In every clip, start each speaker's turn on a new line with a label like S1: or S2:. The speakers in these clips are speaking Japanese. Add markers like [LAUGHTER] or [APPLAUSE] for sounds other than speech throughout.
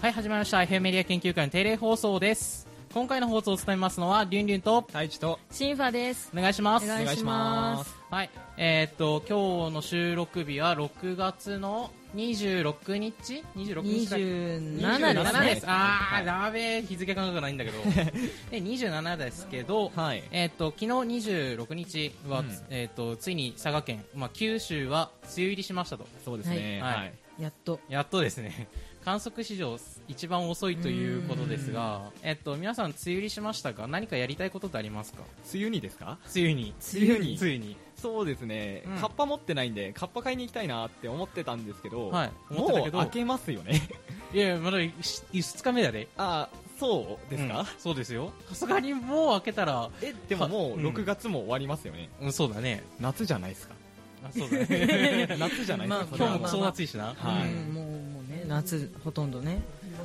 S1: はい始まりました FM メディア研究会の定例放送です今回の放送を務めますのはりゅんりゅんと
S2: 太一と
S3: シンファです。
S1: お願いします
S3: お願いします。
S1: はいえーっと今日の収録日は6月の26日26
S3: 二
S1: 日だ
S3: 十
S2: 27
S3: 7
S2: で
S3: ですす
S2: ね
S3: ね。
S1: あ
S2: は
S1: ー
S2: い
S1: だべえ日付感覚ないんだけ
S2: [LAUGHS]
S1: どで27ですけど、
S2: はい
S1: えーっと昨日26日は、
S2: うん
S1: えーっとついに佐賀県、まあ、九州は梅雨入りしましたと
S2: そうですね
S1: はい
S2: はい
S3: やっと。
S1: やっとですね [LAUGHS] 観測史上一番遅いということですが、えっと、皆さん、梅雨入りしましたが何かやりたいことってありますか
S2: 梅雨にですか
S1: 梅雨に
S2: 梅雨に
S1: 梅雨に
S2: そうですね
S1: うん
S2: カッパ持ってないんでカッパ買いに行きたいなって思ってたんですけど
S1: はい思ってた
S2: も
S1: け
S2: う
S1: ど
S2: 開けますよね
S1: いやいやまだいし2日目だで
S2: [LAUGHS] あそうです
S1: うん
S2: か
S1: そうですよさすがにもう開けたら、
S2: えでももう
S1: うん
S2: 6月も終わりますよね
S1: うん、そうだね
S2: 夏じゃないです [LAUGHS] か
S1: あそうだね
S2: 夏じゃないで
S3: ま
S2: すか
S3: あ
S2: それ
S1: [LAUGHS] 今
S2: は
S1: 日もクソ暑いしな、
S2: は
S3: う
S2: い
S3: んもうもうね夏ほとんどね。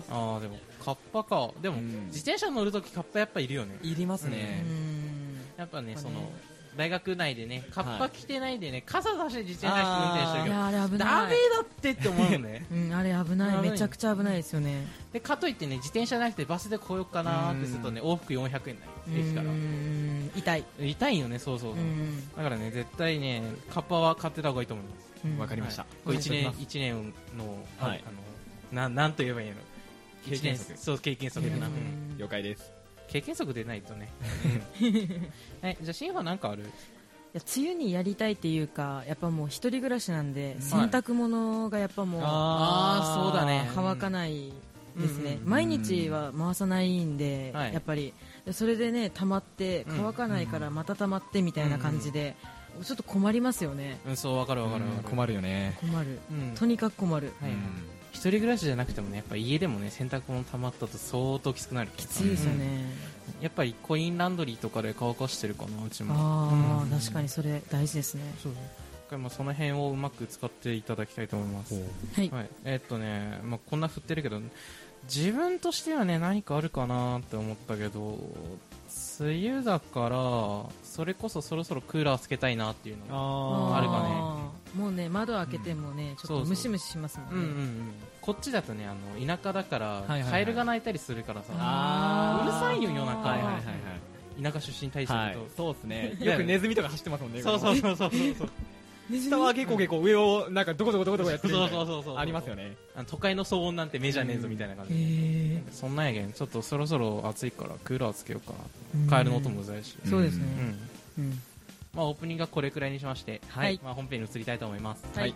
S1: ああでもカッパかでも、
S2: うん
S1: 自転車乗るときカッパやっぱいるよね
S2: いります
S3: う
S2: ね
S3: ん。
S1: やっぱね
S3: まあね
S1: その大学内でねカッパ着てないでね、傘出して自転車運転してる
S2: あ
S3: い
S1: けど
S3: やあれ危
S1: ダ
S3: な
S1: メ
S3: い。
S1: だってって思うよ [LAUGHS] ね
S3: うんあれ危
S1: 危な
S3: ないいめちゃくちゃ危ないですよね。
S1: でかといってね自転車じゃなくてバスで来ようかなーってするとね往復400円だよ駅から
S3: うん痛い。
S1: 痛いよねそうそう
S3: う
S1: そう、
S3: ん
S1: だからね絶対ねカッパは買ってた方がいいと思います
S3: うん。
S2: わかりました
S1: はいこれ1年
S2: はい
S1: 一年の、あ
S2: はい
S1: あのななんと言えばいいの
S2: 経験則
S1: 一年そう経験則だな、
S3: う
S1: うん
S3: ん
S2: 了解です
S1: 経験則でないとねえじゃあシンファなんかある
S3: いや梅雨にやりたいっていうかやっぱもう一人暮らしなんで
S1: ん
S3: 洗濯物がやっぱもう
S1: あーそうだね
S3: 乾かないですね、
S1: うん
S3: 毎日は回さないんで、
S1: はい
S3: やっぱりそれでね溜まって
S1: うん
S3: 乾かないからまた溜まってみたいな感じで、ちょっと困りますよね
S1: うんそうわかるわかるわ
S2: うん
S1: かる
S2: 困るよね
S3: 困る、
S1: うん
S3: とにかく困る、
S1: は
S2: う
S1: い
S2: ん
S1: 一人暮らしじゃなくてもねやっぱ家でもね洗濯物溜まったと相当きつくなる
S3: きついですよね、
S1: やっぱりコインランドリーとかで乾かしてるかなうちも
S3: ああ、
S1: うん
S3: 確かにそれ大事ですね
S1: そう一回まあその辺をうまく使っていただきたいと思います
S3: はい、
S1: はいえーっとね、まあ、こんな振ってるけど自分としてはね何かあるかなって思ったけど梅雨だからそれこそそろそろクーラーつけたいなっていうのが
S2: あ
S1: あれ
S2: る
S1: かね
S3: ねもうね窓開けてもね、ち
S1: そう
S3: ょ
S1: そ
S3: っと
S1: う
S3: ムシムシしますもんね
S1: うんうんうんこっちだとねあの田舎だから、
S2: いはいはい
S1: カエルが鳴いたりするからさ
S2: あー
S1: うるさいよ夜中
S2: はいはいはい
S1: 田舎出身体質
S2: は
S1: だ
S2: い
S1: と、
S2: はいそうですねよくネズミとか走ってますもんね
S1: そうそうそうそうそうそう
S2: 下はゲコゲコ上をなんかどこどこどこどこやってるみたいな
S1: そうそうそうそう
S2: ありますよね
S1: [LAUGHS] あの都会の騒音なんてメジャーねえぞみたいな感じで、
S3: へー
S1: そんなんやけんちょっとそろそろ暑いからクーラーつけようか
S3: うん
S1: なカエルの音もうざいし、
S3: そうですね、
S1: うん
S3: うん
S1: まあ、オープニングはこれくらいにしまして、
S3: はい
S1: まあ、本編に移りたいと思います、
S3: はい
S2: はい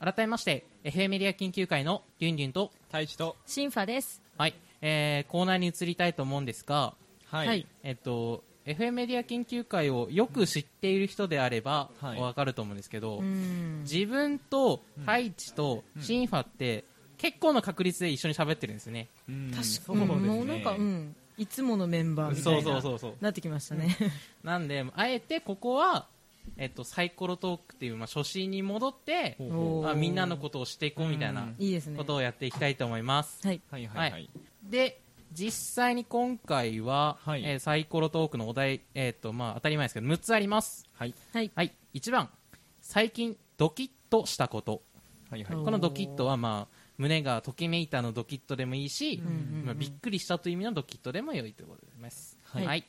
S1: 改めましてエフェメリア研究会のりゅんりゅんと、
S2: 太一と
S3: シンファです
S1: はいえーコーナーに移りたいと思うんですが
S2: は
S3: はい
S1: えっと FM メディア研究会をよく知っている人であれば、わ
S2: はい
S1: 分かると思うんですけど、
S3: うん
S1: 自分とハイチとシンファって結構の確率で一緒に喋ってるんですね、
S2: うん
S3: 確か
S2: そう
S3: に、
S2: ですね
S3: もうなんか、うん、いつものメンバーみたい
S1: そ
S3: な
S1: うそうそうそう
S3: なってきましたね、
S1: なんであえてここは、えっと、サイコロトークっていう、まあ、初心に戻って
S2: ほう、
S3: おー
S1: まあ、みんなのことをしていこうみたいな
S2: うん
S3: いいですね
S1: ことをやっていきたいと思います、
S3: はい
S2: はいはいはい
S1: で実際に今回は、
S2: はい
S1: えーサイコロトークのお題、えっとまあ、当たり前ですけど6つあります
S2: はい
S3: はい
S1: はい、1番最近ドキッとしたこと
S2: はいはい
S3: おー
S1: このドキッとは、まあ、胸がときめいたのドキッとでもいいし、
S3: んうん
S1: まあ、びっくりしたという意味のドキッとでも良いということです、は
S3: はい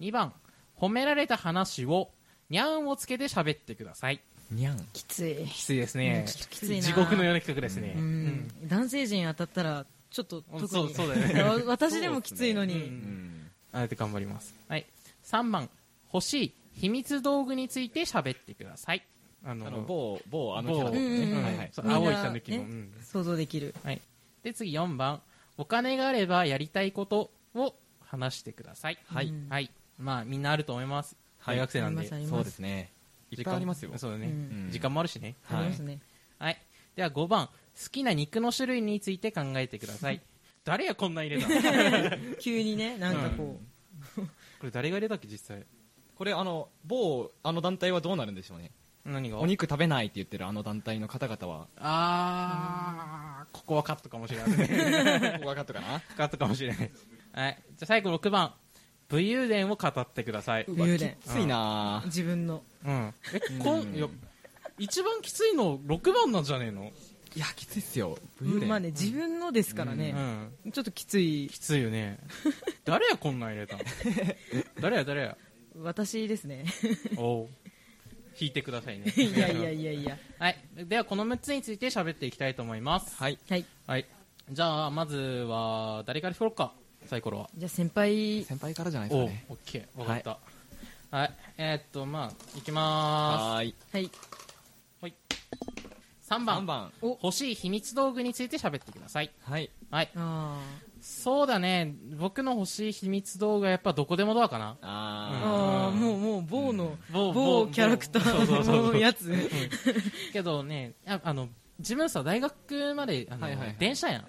S3: い
S1: 2番褒められた話をにゃんをつけて喋ってください
S2: にゃん
S3: きつい
S1: きついです
S3: う
S1: ね
S3: んちょっときついな
S1: 地獄のような企画ですね、
S3: うん、男性陣当たったらちょっと特に
S1: そうそうだよ
S3: わ [LAUGHS] 私でもきついのに、
S1: そうですねあえて頑張ります、はい、3番欲しい秘密道具について喋ってくださいあの
S2: あの某某あのキャ
S1: 某
S2: ラです
S3: うんうん
S2: ね
S3: うん
S2: はいはい
S1: そう
S3: みんな
S1: 青いたぬきの
S3: ね
S1: うん
S3: 想像できる
S1: はい、で次4番お金があればやりたいことを話してください
S2: はい
S3: うん
S1: はいまあみんなあると思います
S2: はい
S1: 大学生なんで、
S3: ありますあります
S2: そうですねいっぱいありますよ
S1: そうだね、
S3: うん
S1: 時間もあるしね
S2: はい
S3: ありますね、
S1: はいでは5番好きな肉の種類について考えてください誰やこんなん入れたの [LAUGHS] こ
S3: 急にねなんかこ
S1: れ誰が入れたっけ実際
S2: これあの某あの団体はどうなるんでしょうね
S1: 何が
S3: [LAUGHS]
S2: お肉食べないって言ってるあの団体の方々は
S1: あーここはカットかもしれないね
S2: ここがカットかな
S1: カットかもしれないですはいじゃあ最後6番武勇伝を語ってください
S3: 武勇伝
S2: きついな
S3: 自分の
S1: うんえこ
S2: うん
S1: んいや一番きついの6番なんじゃねえの
S2: いやきついっすよ
S3: まあね自分のですから
S1: う
S3: ね、
S1: ん
S3: ちょっときつい
S1: きついよね誰やこんなん入れたの誰や誰や
S3: 私で
S1: [LAUGHS]
S3: すね
S1: おう引いてくださいね
S3: [LAUGHS] いやいやいやいや
S1: はいではこの6つについて喋っていきたいと思います
S2: はい
S3: はい
S1: はいじゃあまずは誰から振ろうかサイコロは
S3: じゃあ先輩
S2: 先輩からじゃないです
S1: お
S2: か
S1: う
S2: ね
S1: オッケーわかったはい、えーっとまあいきま
S2: ーい
S3: はい
S1: す3番
S2: 3番
S3: お
S1: 欲しい秘密道具について喋ってください
S2: はい
S1: はい
S3: あ
S1: そうだね僕の欲しい秘密道具はやっぱどこでもドアかな
S3: ー
S2: あ
S3: あ
S1: う
S3: ー
S1: ん
S3: もうもう某の、
S1: 某
S3: 某キャラクタ
S1: 某そうそうそうそ
S3: ー
S1: う
S3: のやつ
S1: けどねああの自分さ大学まであの、
S2: はいはいはい
S1: 電車やん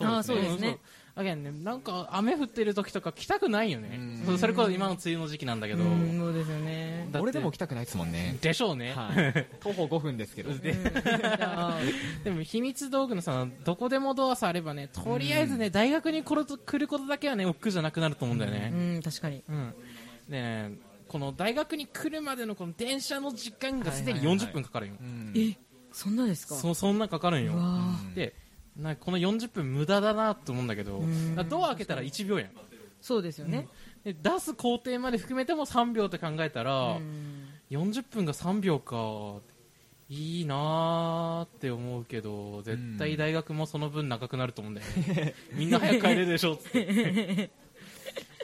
S3: あーそうですね
S1: だけどねなんか雨降ってる時とか来たくないよね
S2: うん
S1: そうそれこそ今の梅雨の時期なんだけど
S3: うんそうですよ
S1: [LAUGHS]
S3: ね
S1: だって
S2: 俺でも来たくないですもんね
S1: でしょうね、
S2: はい
S3: [LAUGHS]
S2: 徒歩5分ですけど
S1: で
S3: あー
S1: でも秘密道具のさどこでもドアさあればねとりあえずね大学に来ると来ることだけはね億劫じゃなくなると思うんだよ
S3: う
S1: ね、
S3: ん確かに
S1: うんでねこの大学に来るまでのこの電車の時間がすでに
S2: はいはいはい
S1: 40分かかるよ、
S2: うん
S3: えそんなですか
S1: そそんなかかるんよ
S3: うわー
S2: うん
S1: でなんかこの40分無駄だなと思うんだけど
S3: ん
S1: だからドア開けたら1秒やん
S3: そうですよね
S1: で出す工程まで含めても3秒って考えたら、
S3: うん
S1: 40分が3秒かいいなーって思うけど絶対大学もその分長くなると思うんだよね [LAUGHS] みんな早く帰れるでしょっつって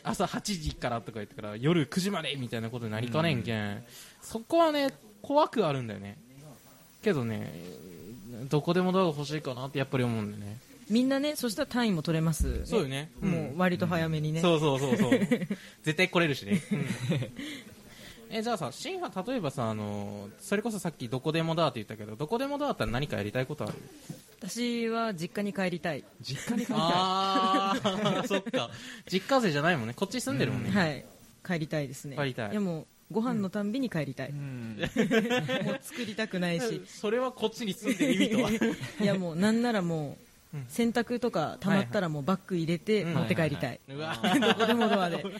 S1: 朝8時からとか言ってから夜9時までみたいなことになりかねんけん、そこはね怖くあるんだよねけどねどこでもドアが欲しいかなってやっぱり思うんだよね
S3: みんなねそしたら単位も取れますね
S1: そうよねうん
S3: もう割と早めにね
S1: そうそうそうそう
S3: [LAUGHS]
S1: 絶対来れるしねえじゃあさシンは例えばさあのそれこそさっきどこでもだって言ったけどどこでもだったら何かやりたいことある
S3: 私は実家に帰りたい
S2: 実家に帰りた
S1: ああ [LAUGHS] そっか実家生じゃないもんねこっち住んでるもんね、
S3: はい帰りたいですね
S1: 帰りたい
S3: でもご飯のたんびに帰りたい、
S2: いうん
S3: もう作りたくないし
S1: それはこっちに住んでる意味とは
S3: [LAUGHS] いやもうなんならもう
S1: うん
S3: 洗濯とかたまったらもうバッグ入れて
S1: はい
S3: 持
S1: はい
S3: って帰りたい、
S1: うわ
S3: どこでもド
S1: [LAUGHS]
S3: アで
S1: もう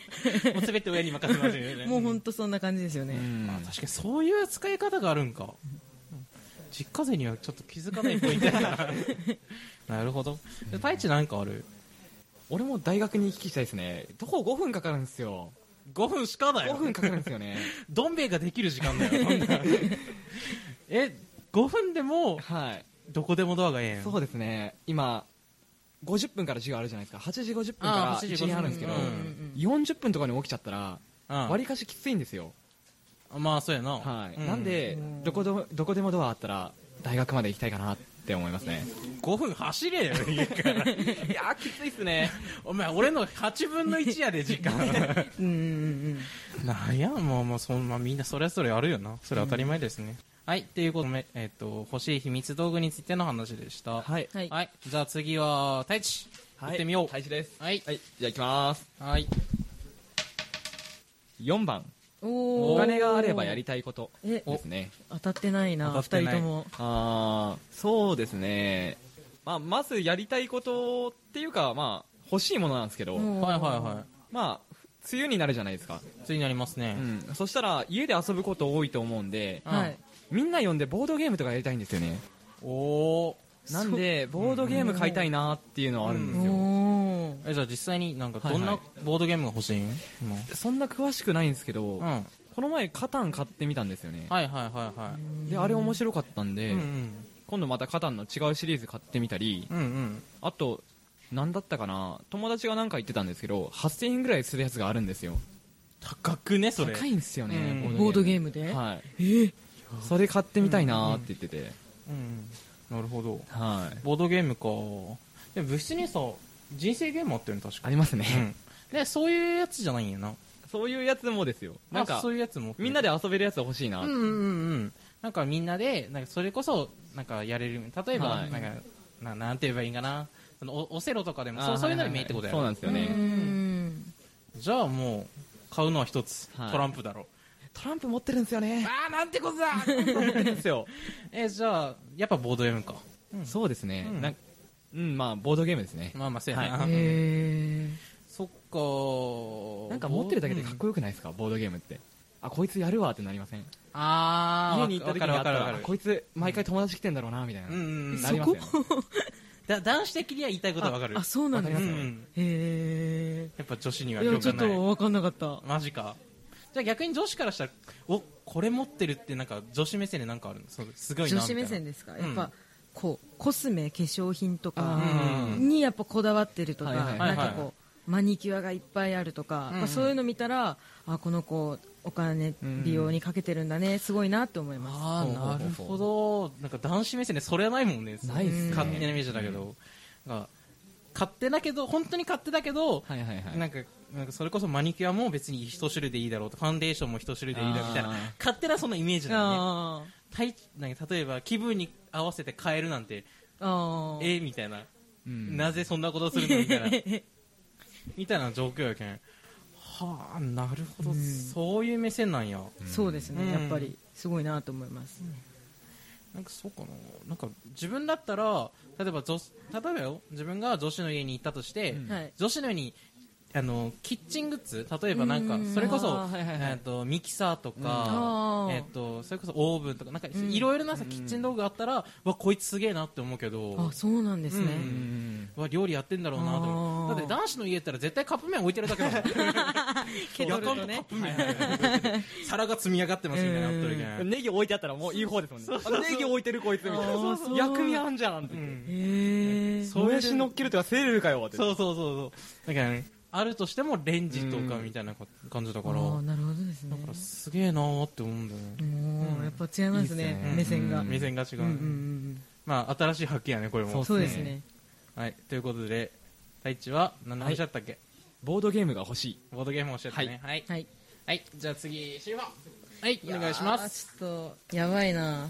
S1: 全て親に任せますよね
S3: [LAUGHS] もう本当そんな感じですよね、
S2: うん
S1: 確かにそういう使い方があるんか実家生にはちょっと気づかないポイントやな
S3: [LAUGHS]
S1: なるほどで太一何かある
S2: [LAUGHS] 俺も大学に行き来したいですね徒歩5分かかるんですよ
S1: 5分しかだ
S2: 5分かかるんですよね
S1: どん兵衛ができる時
S2: [LAUGHS]
S1: 間だよそんなえ5分でも
S2: はい
S1: どこでもドアがええん
S2: そうですね今50分から授業あるじゃないですか8時50分から
S1: あー8
S2: 1
S1: 時
S2: 時にあるんですけど
S1: うんうん
S2: 40分とかに起きちゃったら
S1: うん
S2: わりかしきついんですよ
S1: まあそうやな、
S2: はい
S1: うん
S2: なんで
S3: うん
S2: どこでもどこでもドアあったら大学まで行きたいかなって思いますね
S1: 5分走れよ家から
S2: [LAUGHS] いやーきついっすね
S1: お前俺の8分の1やで
S2: [LAUGHS]
S1: 時間
S3: うんうんうん
S1: なんやもうもうそん、まあ、みんなそれぞれあるよなそれ当たり前ですね、はいっていうことで、えっと欲しい秘密道具についての話でしたい、
S2: はい
S3: はい、
S1: はい、じゃあ次は太一、行ってみよう
S2: 開始です
S1: はい
S2: はいじゃあ行きます
S1: はい
S2: 4番
S3: おー
S2: お金があればやりたいこと
S3: え
S2: ですね
S3: 当たってないな
S1: 当たって
S3: 二
S1: な
S3: 人
S1: い
S3: とも
S2: あーそうですね、まあ、まずやりたいことっていうか、まあ、欲しいものなんですけど、
S3: うん
S1: はいはいは
S2: まあ、梅雨になるじゃないですか、
S1: いついになりますね
S2: う、ん、そしたら家で遊ぶこと多いと思うんで
S1: う、ん
S3: はい
S2: みんな呼んでボードゲームとかやりたいんですよね、
S1: おお
S2: なんで、ボードゲーム買いたいなっていうのはあるん
S3: お
S2: ですよ、
S3: おー
S1: えじゃあ実際になんか
S2: はい
S1: ど
S2: はい
S1: んなボードゲームが欲しいん、今
S2: そんな詳しくないんですけど、
S1: うん、
S2: この前、カタン買ってみたんですよね、
S1: はいはいはいは
S2: であれ面白かったん
S1: い、
S2: で、今度またカタンの違うシリーズ買ってみたり、
S1: うんうん
S2: あと、なんだったかな、友達がなんか言ってたんですけど、8000円ぐらいするやつがあるんですよ。
S1: 高くねそれ
S2: 高いんですよね、
S1: うん
S3: ボードゲームで、
S2: はい
S3: えー
S2: それ買ってみたいなーって言ってて、
S1: うんなるほど
S2: はい
S1: ボードゲームかでも部室にさ人生ゲームあったよね確か
S2: ありますね、
S1: うんでそういうやつじゃないんやな
S2: そういうやつもですよ
S1: な
S2: なんん
S1: か
S2: か
S1: そういうやつも
S2: みんなで遊べるやつ欲しいな、
S1: うんうんうんうんなんかみんなでなんかそれこそなんかやれる例えば、
S2: はい
S1: なんかななんて言えばいいんかなそのおオセロとかでもそ
S2: あ
S1: う
S2: ー
S1: そういうのに見えってことやろ
S2: そうなんですよ
S3: う
S2: ね、
S3: ん
S1: じゃあもう買うのは一つ、
S2: はい
S1: トランプだろ
S2: トランプ持ってるんです
S1: [LAUGHS]
S2: よね
S1: ああなんてことだ
S2: 持ってるんですよ
S1: えじゃあやっぱボードゲームか
S2: そうですね、
S1: うん
S2: なんうん、まあ、ボードゲームですね。
S1: まあまあそうやな、
S2: は
S3: へ
S1: [LAUGHS] そっか
S2: なんか持ってるだけでかっこよくないですか、ボードゲームって。あ、こいつやるわってなりません
S1: ああ
S2: 家に行った時に
S1: わ
S2: あっ
S1: か
S2: た、
S1: るわからる
S2: あこいつ毎回友達来てんだろうな、みたいな。
S1: うんうん
S2: なりますよね。
S1: だ男子的には言いたいことはわかる
S3: あそうなんで
S1: う
S3: す
S1: んう
S3: ね
S1: ん
S3: へ
S1: やっぱ女子に
S3: え
S1: はい
S3: や
S1: 共
S3: ちょっ
S1: 感ない
S3: と分かんなかった
S1: マジかじゃあ逆に女子からしたらおこれ持ってるってなんか女子目線でなんかあるのそうすごいなみた
S3: 女子
S1: いな
S3: 目線ですかやっ
S1: う
S3: ぱ
S1: ん
S3: こうコスメ化粧品とか
S2: あ
S1: ー
S3: にやっぱこだわってるとか
S2: はいは
S1: は
S2: い
S3: ないんかこうマニキュアがいっぱいあるとか
S1: うん
S3: まあそういうの見たらあこの子お金美容にかけてるんだねすごいなって思います
S1: ああなるほどなんか男子目線でそれはないもんね
S2: ないっすね
S1: 勝手なイメージだけど、なんか勝手だけど本当に勝手だけど、
S2: はいはいはい。
S1: なんかなんかそれこそマニキュアも別に一種類でいいだろうとファンデーションも一種類でいいだろうみたい
S2: あ
S1: な
S2: ー
S1: 勝手なそのイメージなのね
S3: あー
S1: 体なんか例えば気分に合わせて変えるなんて
S3: あー
S1: えみたいな、
S2: うん
S1: なぜそんなことするのみたい
S2: [LAUGHS]
S1: なみたいな状況やけんはあなるほど、
S3: うん
S1: そういう目線なんや
S3: [LAUGHS] そうです
S1: うん
S3: ねやっぱりすごいなと思います
S1: なんかそうかななんか自分だったら例えば女例えばよ自分が女子の家に行ったとして、
S2: うん
S3: はい
S1: 女子のようにあのキッチングッズ例えばなんか
S3: うん
S1: それこそ、
S2: あーはいはいはい
S1: [LAUGHS] えー、とミキサーとか
S3: あ、ー
S1: えー、とそれこそオーブンとかなんか
S3: ん
S1: いろいろなさ、キッチン道具があったらわこいつすげえなって思うけど
S3: あそうなんですね
S1: うん
S2: うん
S1: わ料理やってんだろうなと思う
S3: あ
S1: だ
S3: ー
S1: って男子の家ったら絶対カップ麺置いてるだけだ
S3: [LAUGHS]
S1: もん
S3: ケトルとね
S1: やかんとカップ麺皿が積み上がってますみたいななってるけん
S2: ネギ置いてあったらもういい方ですもんね。あネギ置いてるこいつみたい
S3: あーそ
S2: な。
S3: う
S2: 薬味あんじゃんって。
S3: へえ
S2: もやし乗っけるとかセールかよって。
S1: そうそうそうそうだからねあるとしてもレンジとかみたいなこ感じだから
S3: あーなるほどですね
S1: すげえなーって思うんだよね
S3: もうやっぱ違います
S2: いい
S3: ね
S2: っすね
S3: 目線が
S2: うん
S1: 目線が違う
S3: う
S1: ね、
S3: んうんうん
S1: まあ新しい発見やねこれ
S3: う
S1: も
S3: んそうですね
S1: はいということで太一は何の話だったっけ、
S2: ボードゲームが欲しい。
S1: ボードゲームを教えてねはい、はい
S3: はい
S1: じゃあ次シーファはいお願いします
S3: すちょっとやばいな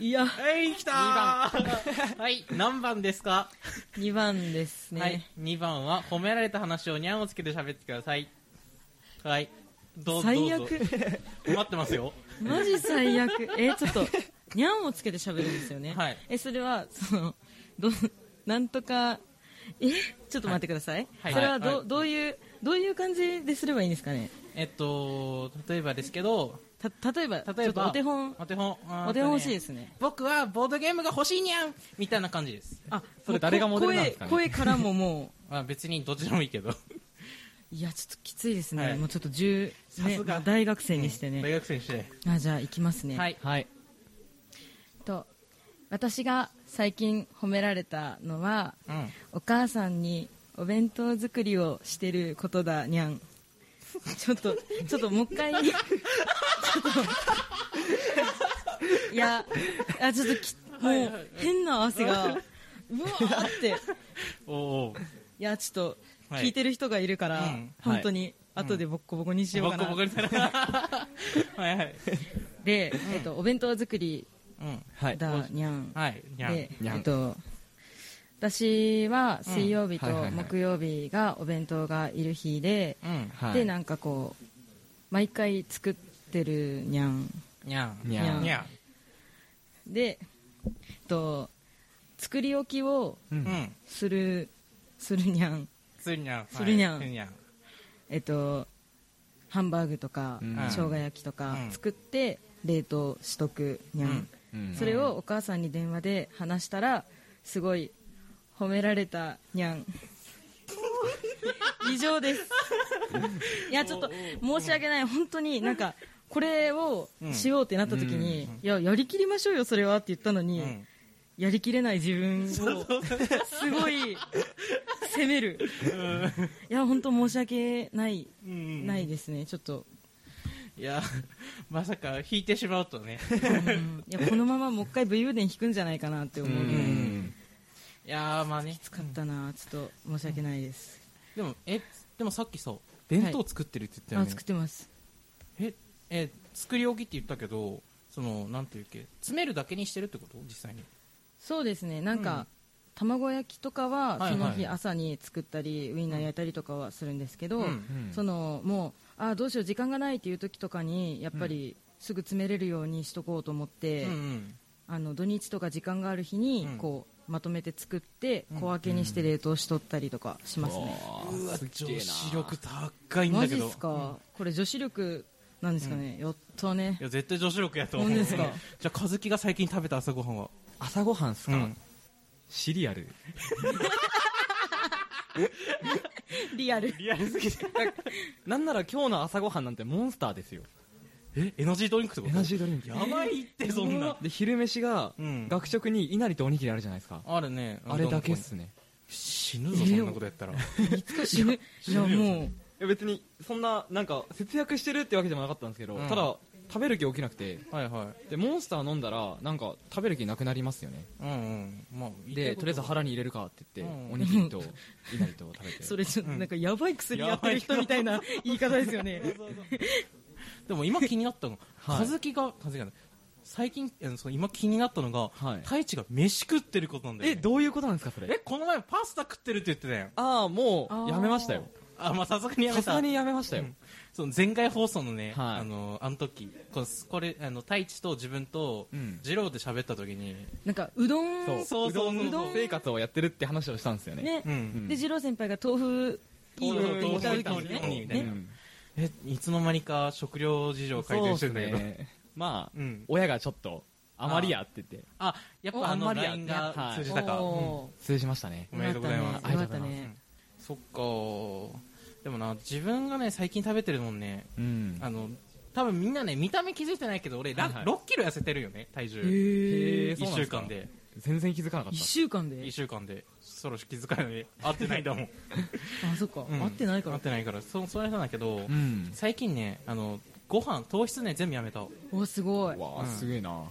S3: いや
S1: はい来たー [LAUGHS] はい何番ですか、
S3: 2番ですね、
S1: はい2番は褒められた話をにゃんをつけて喋ってくださいはいどう
S3: 最
S1: どうぞ
S3: 悪
S1: 待ってますよ
S3: マジ最悪えちょっとにゃんをつけて喋るんですよね、
S1: はい
S3: えそれはそのどうなんとかえちょっと待ってください、
S1: はい
S3: それはど,、
S1: は
S3: どういうどういう感じですればいいんですかね
S1: [LAUGHS] えっと例えばですけど
S3: た例えば
S1: 例えば
S3: ちょっとお手本
S1: お手本あー
S3: お手本
S1: と
S3: 欲しいですね
S1: 僕はボードゲームが欲しいにゃんみたいな感じです
S3: あ
S2: それ誰がモデルなんですかね
S3: 声声からももう
S1: まあ別にどっちでもいいけど
S3: いやちょっときついですね、
S1: はい
S3: もうちょっと10、
S1: さ
S3: ね
S1: すが
S3: まあ大学生にしてね、
S1: 大学生にして
S3: あじゃあ行きますね、
S1: はい
S2: はい。
S3: と私が最近褒められたのは
S1: うん
S3: お母さんにお弁当作りをしてることだにゃんちょっとちょっともう
S1: [LAUGHS]
S3: 一回ちょっといやあちょっときもう変な汗がうわーって
S1: おお
S3: いやちょっと
S1: はい
S3: 聞いてる人がいるから、
S1: うん
S3: 本当に後でボッコボコにしよ
S1: ボ
S3: うか
S1: コ
S3: な、
S1: ボコにされた [LAUGHS] はいはい
S3: で、えっと、お弁当作り
S1: うん
S2: はい。
S3: だにゃん、
S1: はいにゃん
S3: で、
S2: にゃん
S3: えっと、私は水曜日と
S2: うんはいはいはい
S3: 木曜日がお弁当がいる日で、
S1: うん
S2: はい
S3: でなんかこう毎回作ってるにゃん
S1: にゃん
S2: にゃん
S1: に。ゃ
S3: で、えっと、作り置きを
S2: うん
S1: うん
S3: するするにゃん、
S1: するにゃんはい
S3: するにゃん
S1: するにゃん
S3: えっと、ハンバーグとか、
S2: うん
S3: 生姜焼きとか
S1: うん
S3: 作って冷凍しとくにゃん
S2: うん
S3: それをお母さんに電話で話したらすごい褒められたにゃん以上ですいやちょっと申し訳ない本当になんかこれをしようってなった時に、いややりきりましょうよそれはって言ったのに、
S1: うん
S3: やりきれない自分をすごい責めるいや本当申し訳ない、
S1: うん
S3: ないですねちょっと、
S1: いや [LAUGHS] まさか引いてしまうとね
S3: うんいやこのままもう一回武勇伝引くんじゃないかなって思うぐらい、
S2: うん
S1: いやーまあね
S3: 使ったなちょっと申し訳ないです、
S1: でもえでもさっきさ弁当作ってるって言ったよ
S3: あ
S1: ね
S3: 作ってます
S1: ええ作り置きって言ったけどそのなんていうっけ詰めるだけにしてるってこと実際に
S3: そうですねなんか、
S1: うん
S3: 卵焼きとか
S1: は
S3: は
S1: いはい
S3: その日朝に作ったり、ウインナー焼いたりとかはするんですけど、
S1: うん
S3: そのもうあどうしよう時間がないっていう時とかにやっぱりすぐ詰めれるようにしとこうと思って、
S1: うん
S3: あの土日とか時間がある日に
S1: うん
S3: こうまとめて作って
S1: うん
S3: 小分けにして冷凍しとったりとかしますね、
S1: うわ
S2: すっげ
S1: 女
S2: えな
S1: 子力高いん
S3: マ
S1: だ
S3: ジ
S1: け
S3: っ
S1: ど
S3: すか、これ女子力なんですかね、やったね
S1: いや絶対女子力やと思う
S3: 本当ですか
S1: じゃあ和樹が最近食べた朝ごはんは
S2: 朝ごはんっすか、
S1: うん
S2: シリアル
S3: リアル
S1: リアルすぎて
S2: なんなら今日の朝ごはんなんてモンスターですよ
S1: えエナジードリンクってこ
S2: エ
S1: と
S2: ナジードリンク
S1: やばいってそんな
S2: で昼飯が
S1: うん
S2: 学食に稲荷とおにぎりあるじゃないですか、
S1: あるね
S2: あれだけっすね
S1: 死ぬぞそんなことやったら
S3: いつか死ぬいや
S1: 死ぬよ
S3: もう
S2: いや別にそんななんか節約してるってわけでもなかったんですけど、
S1: うん
S2: ただ食べる気起きなくて
S1: はいは
S2: でモンスター飲んだらなんか食べる気なくなりますよね
S1: いうんうんまあ
S2: でとりあえず腹に入れるかって言って、
S1: うん
S2: おにぎりと稲荷と食べて
S3: それちょっとなんかやばい薬やってる人みたいな言い方ですよ
S1: [LAUGHS]
S3: ね
S1: でも今気になったの
S2: [LAUGHS] はい
S1: 和樹が和樹がね最近えその今気になったのが
S2: はい
S1: 太一が飯食ってることなんだよ
S2: え
S1: ね
S2: どういうことなんですかそれ
S1: えこの前パスタ食ってるって言ってたやん
S2: ああも
S3: あー
S2: うやめましたよ
S1: あまあさすがにやめ
S2: さ
S1: た
S2: すがにやめましたよ、
S1: うんその前回放送のね、
S2: はい
S1: あのあの時このこれあの太一と自分と
S2: うん
S1: 二郎で喋った時に、
S3: なんかうどん
S2: そう
S1: そうそう
S2: うどん
S1: うどん
S2: 生活をやってるって話をしたんですよね
S3: ね、
S1: うん
S2: ん
S3: で二郎先輩が豆腐いいよって言った
S1: 豆
S3: 時
S1: 腐
S3: に
S1: 豆腐いい
S3: ね
S1: よ
S2: う
S1: ね
S2: ん
S1: えいつの間にか食料事情改善してんだけど、
S2: そうっすねまあ、
S1: うん
S2: 親がちょっとあまりやってて
S1: あやっぱあ
S2: おあ
S1: の
S2: んまりや
S1: LINE が
S2: はい
S1: 通じたか、うん
S3: お
S2: 通じましたね
S1: おめでとうございます
S2: ありがとうございます
S3: よかったね
S1: そっかでもな自分がね最近食べてるもんね
S2: うん
S1: あの多分みんなね見た目気づいてないけど俺、ら
S2: はいはい
S1: 6キロ痩せてるよね体重、
S3: ー
S2: へーそう
S1: 1
S2: なんで
S1: 週
S2: すか
S1: 間で
S2: 全然気づかなかっ
S3: 一
S2: た
S3: 週間で
S1: 1週間でそろそろ気づかないのに合ってないんだもん
S3: あそっか、
S1: うん
S3: 合ってないか
S1: 合
S3: ら
S1: ってないからそそういう人なんだけど、
S2: うん
S1: 最近ねあのご飯糖質ね全部やめた
S3: おすごい
S2: わ
S1: うん
S2: あすげえな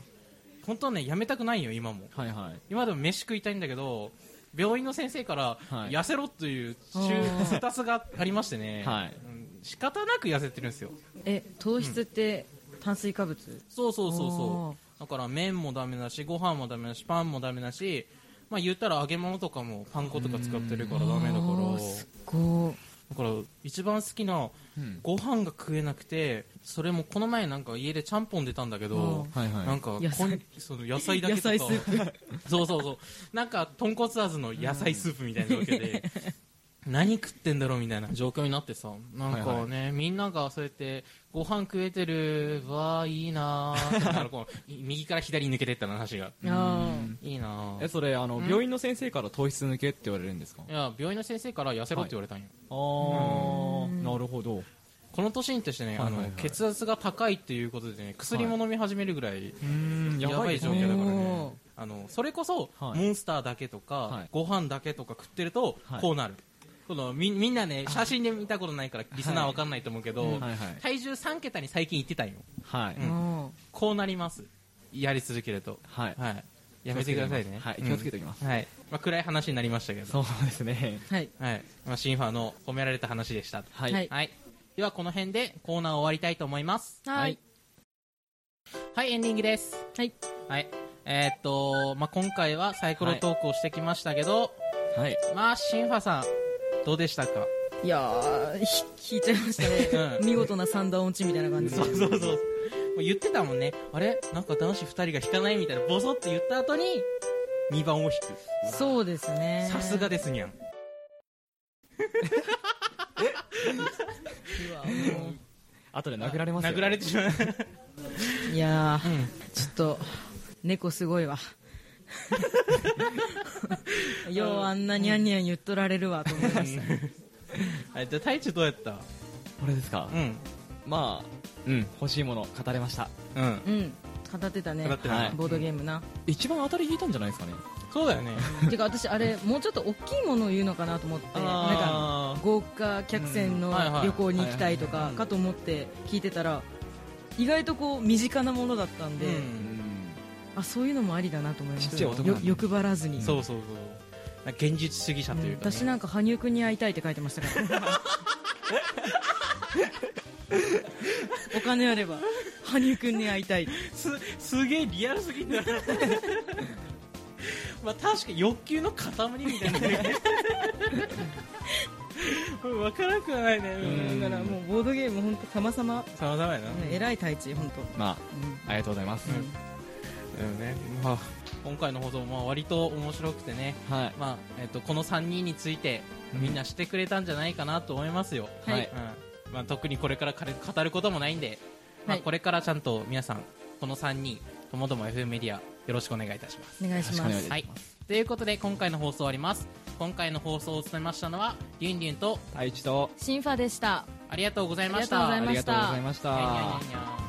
S1: 本当はねやめたくないよ今も
S2: はいはい
S1: 今でも飯食いたいんだけど病院の先生から
S2: はい
S1: 痩せろという
S3: あ
S1: 中
S3: ー
S1: スタスがありましてね、
S2: はい
S1: うん仕方なく痩せてるんですよ
S3: え糖質って炭水化物、
S1: そうそうそう
S3: お
S1: そ
S3: ー
S1: うだから麺もダメだしご飯もダメだしパンもダメだしまあ言ったら揚げ物とかもパン粉とか使ってるからダメだか
S3: お
S1: ら
S3: ーすっごい
S1: だから一番好きな
S2: うん
S1: ご飯が食えなくてそれもこの前なんか家でちゃんぽん出たんだけど、
S2: はいはい
S1: なんかこん
S3: 野菜
S1: その野菜だけとか
S3: 野菜スー
S1: そうそうそうなんか豚骨味の野菜スープみたいなわけで、何食ってんだろうみたいな状況になってさなんかね、みんながそうやってご飯食えてるわあいいなーってだからこうい右から左に抜けてったの話が
S3: あ
S1: いいな
S2: え
S1: ー
S2: それあの
S1: ん
S2: 病院の先生から糖質抜けって言われるんですか
S1: いや病院の先生から痩せろって言われたんよ、
S2: ああなるほど
S1: この年にしてね、
S2: はいはいはい
S1: あの血圧が高いっていうことでね薬も飲み始めるぐらい
S2: うん
S1: やばい
S2: です
S1: 状
S2: ね
S1: 況だから
S3: お
S1: ね
S3: ー
S1: あのそれこそ、
S2: はい
S1: モンスターだけとか、
S2: はい
S1: ご飯だけとか食ってると、
S2: はい
S1: こうなるこのみみんなね写真で見たことないからリスナーわかんないと思うけど、
S2: はいはい
S1: 体重3桁に最近いってたんよ
S2: はい
S3: あ、も
S1: こうなりますやり続けると
S2: はい
S1: はいやめてくださいね
S2: はい気をつけておきます
S1: うんはい、まあ、暗い話になりましたけど
S2: そうですね
S3: うはい
S1: はいまあ、シンファーの褒められた話でした
S2: はい
S3: はい
S1: はい、ではこの辺でコーナーを終わりたいと思います
S3: はい
S1: はいエンディングです
S3: はい
S1: はい。えーっと、まあ、今回はサイコロトークをしてきましたけど、
S2: はい
S1: まあ、シンファさん、どうでしたか
S3: いやーひ引いちゃいましたね、
S1: うん
S3: 見事な三段落ちみたいな感じで
S1: そう [LAUGHS] そう。もう言ってたもんね。あれなんか男子二人が引かないみたいな、ボソって言った後に、2番を引く。
S3: そうですね
S1: さすがですにゃん。
S3: うわも
S2: 後で殴られますよ
S1: 殴られてしまう。
S3: ういやー、
S1: うん
S3: ちょっと猫すご
S1: [LAUGHS]
S3: いわようあんなにゃんにゃん言っとられるわと思いました
S1: はいじゃあ、太一どうやった
S2: これですか
S1: うん。
S2: まあうん欲しいもの語れました
S1: うん。
S3: うん語ってたね
S1: 語って
S2: たね
S3: ボードゲームな、
S2: 一番当たり引いたんじゃないですかね
S1: そうだよね。
S3: てか私あれもうちょっと大きいものを言うのかなと思ってなんか
S1: あー
S3: 豪華客船
S1: う
S3: の
S1: んはいはい
S3: 旅行に行きたいとかかと思って聞いてたら意外とこう身近なものだったんで、
S1: うん
S3: あそういうのもありだなと思いました
S2: ちっちゃい男なんだ
S3: よ欲張らずに
S1: そうそうそう。なんか現実主義者というか、ね。
S3: 私なんか羽生君に会いたいって書いてましたからお金あれば羽生君に会いたい
S1: すすげえリアルすぎんだよまあ確かに欲求の塊みたいなね分からなくはないね
S2: ん
S1: だ
S3: だ
S1: か
S3: からら
S1: も
S3: もうボードゲーム本当様々
S1: うさまざまやな、
S3: 偉い太一本当
S2: まあありがとうございます
S1: うん
S3: う
S1: だよね、まあ、今回の放送も割と面白くてね、
S2: はい
S1: まあえっとこの3人についてみんなしてくれたんじゃないかなと思いますよ、
S3: はい
S2: はい
S1: うんまあ、特にこれから彼語ることもないんで、まあ、
S3: はい
S1: これからちゃんと皆さんこの3人ともども FM メディアよろしくお願いいたします
S3: お願いしま
S2: よろしくお願
S3: す
S2: いし
S1: はい、ということで今回の放送終わります今回の放送を務めましたのはりゅんりゅんと
S2: 太一と
S3: シンファでした
S1: ありがとうございました
S3: ありがとうございました
S2: ありがとうございました
S1: にゃんにゃんにゃんにゃん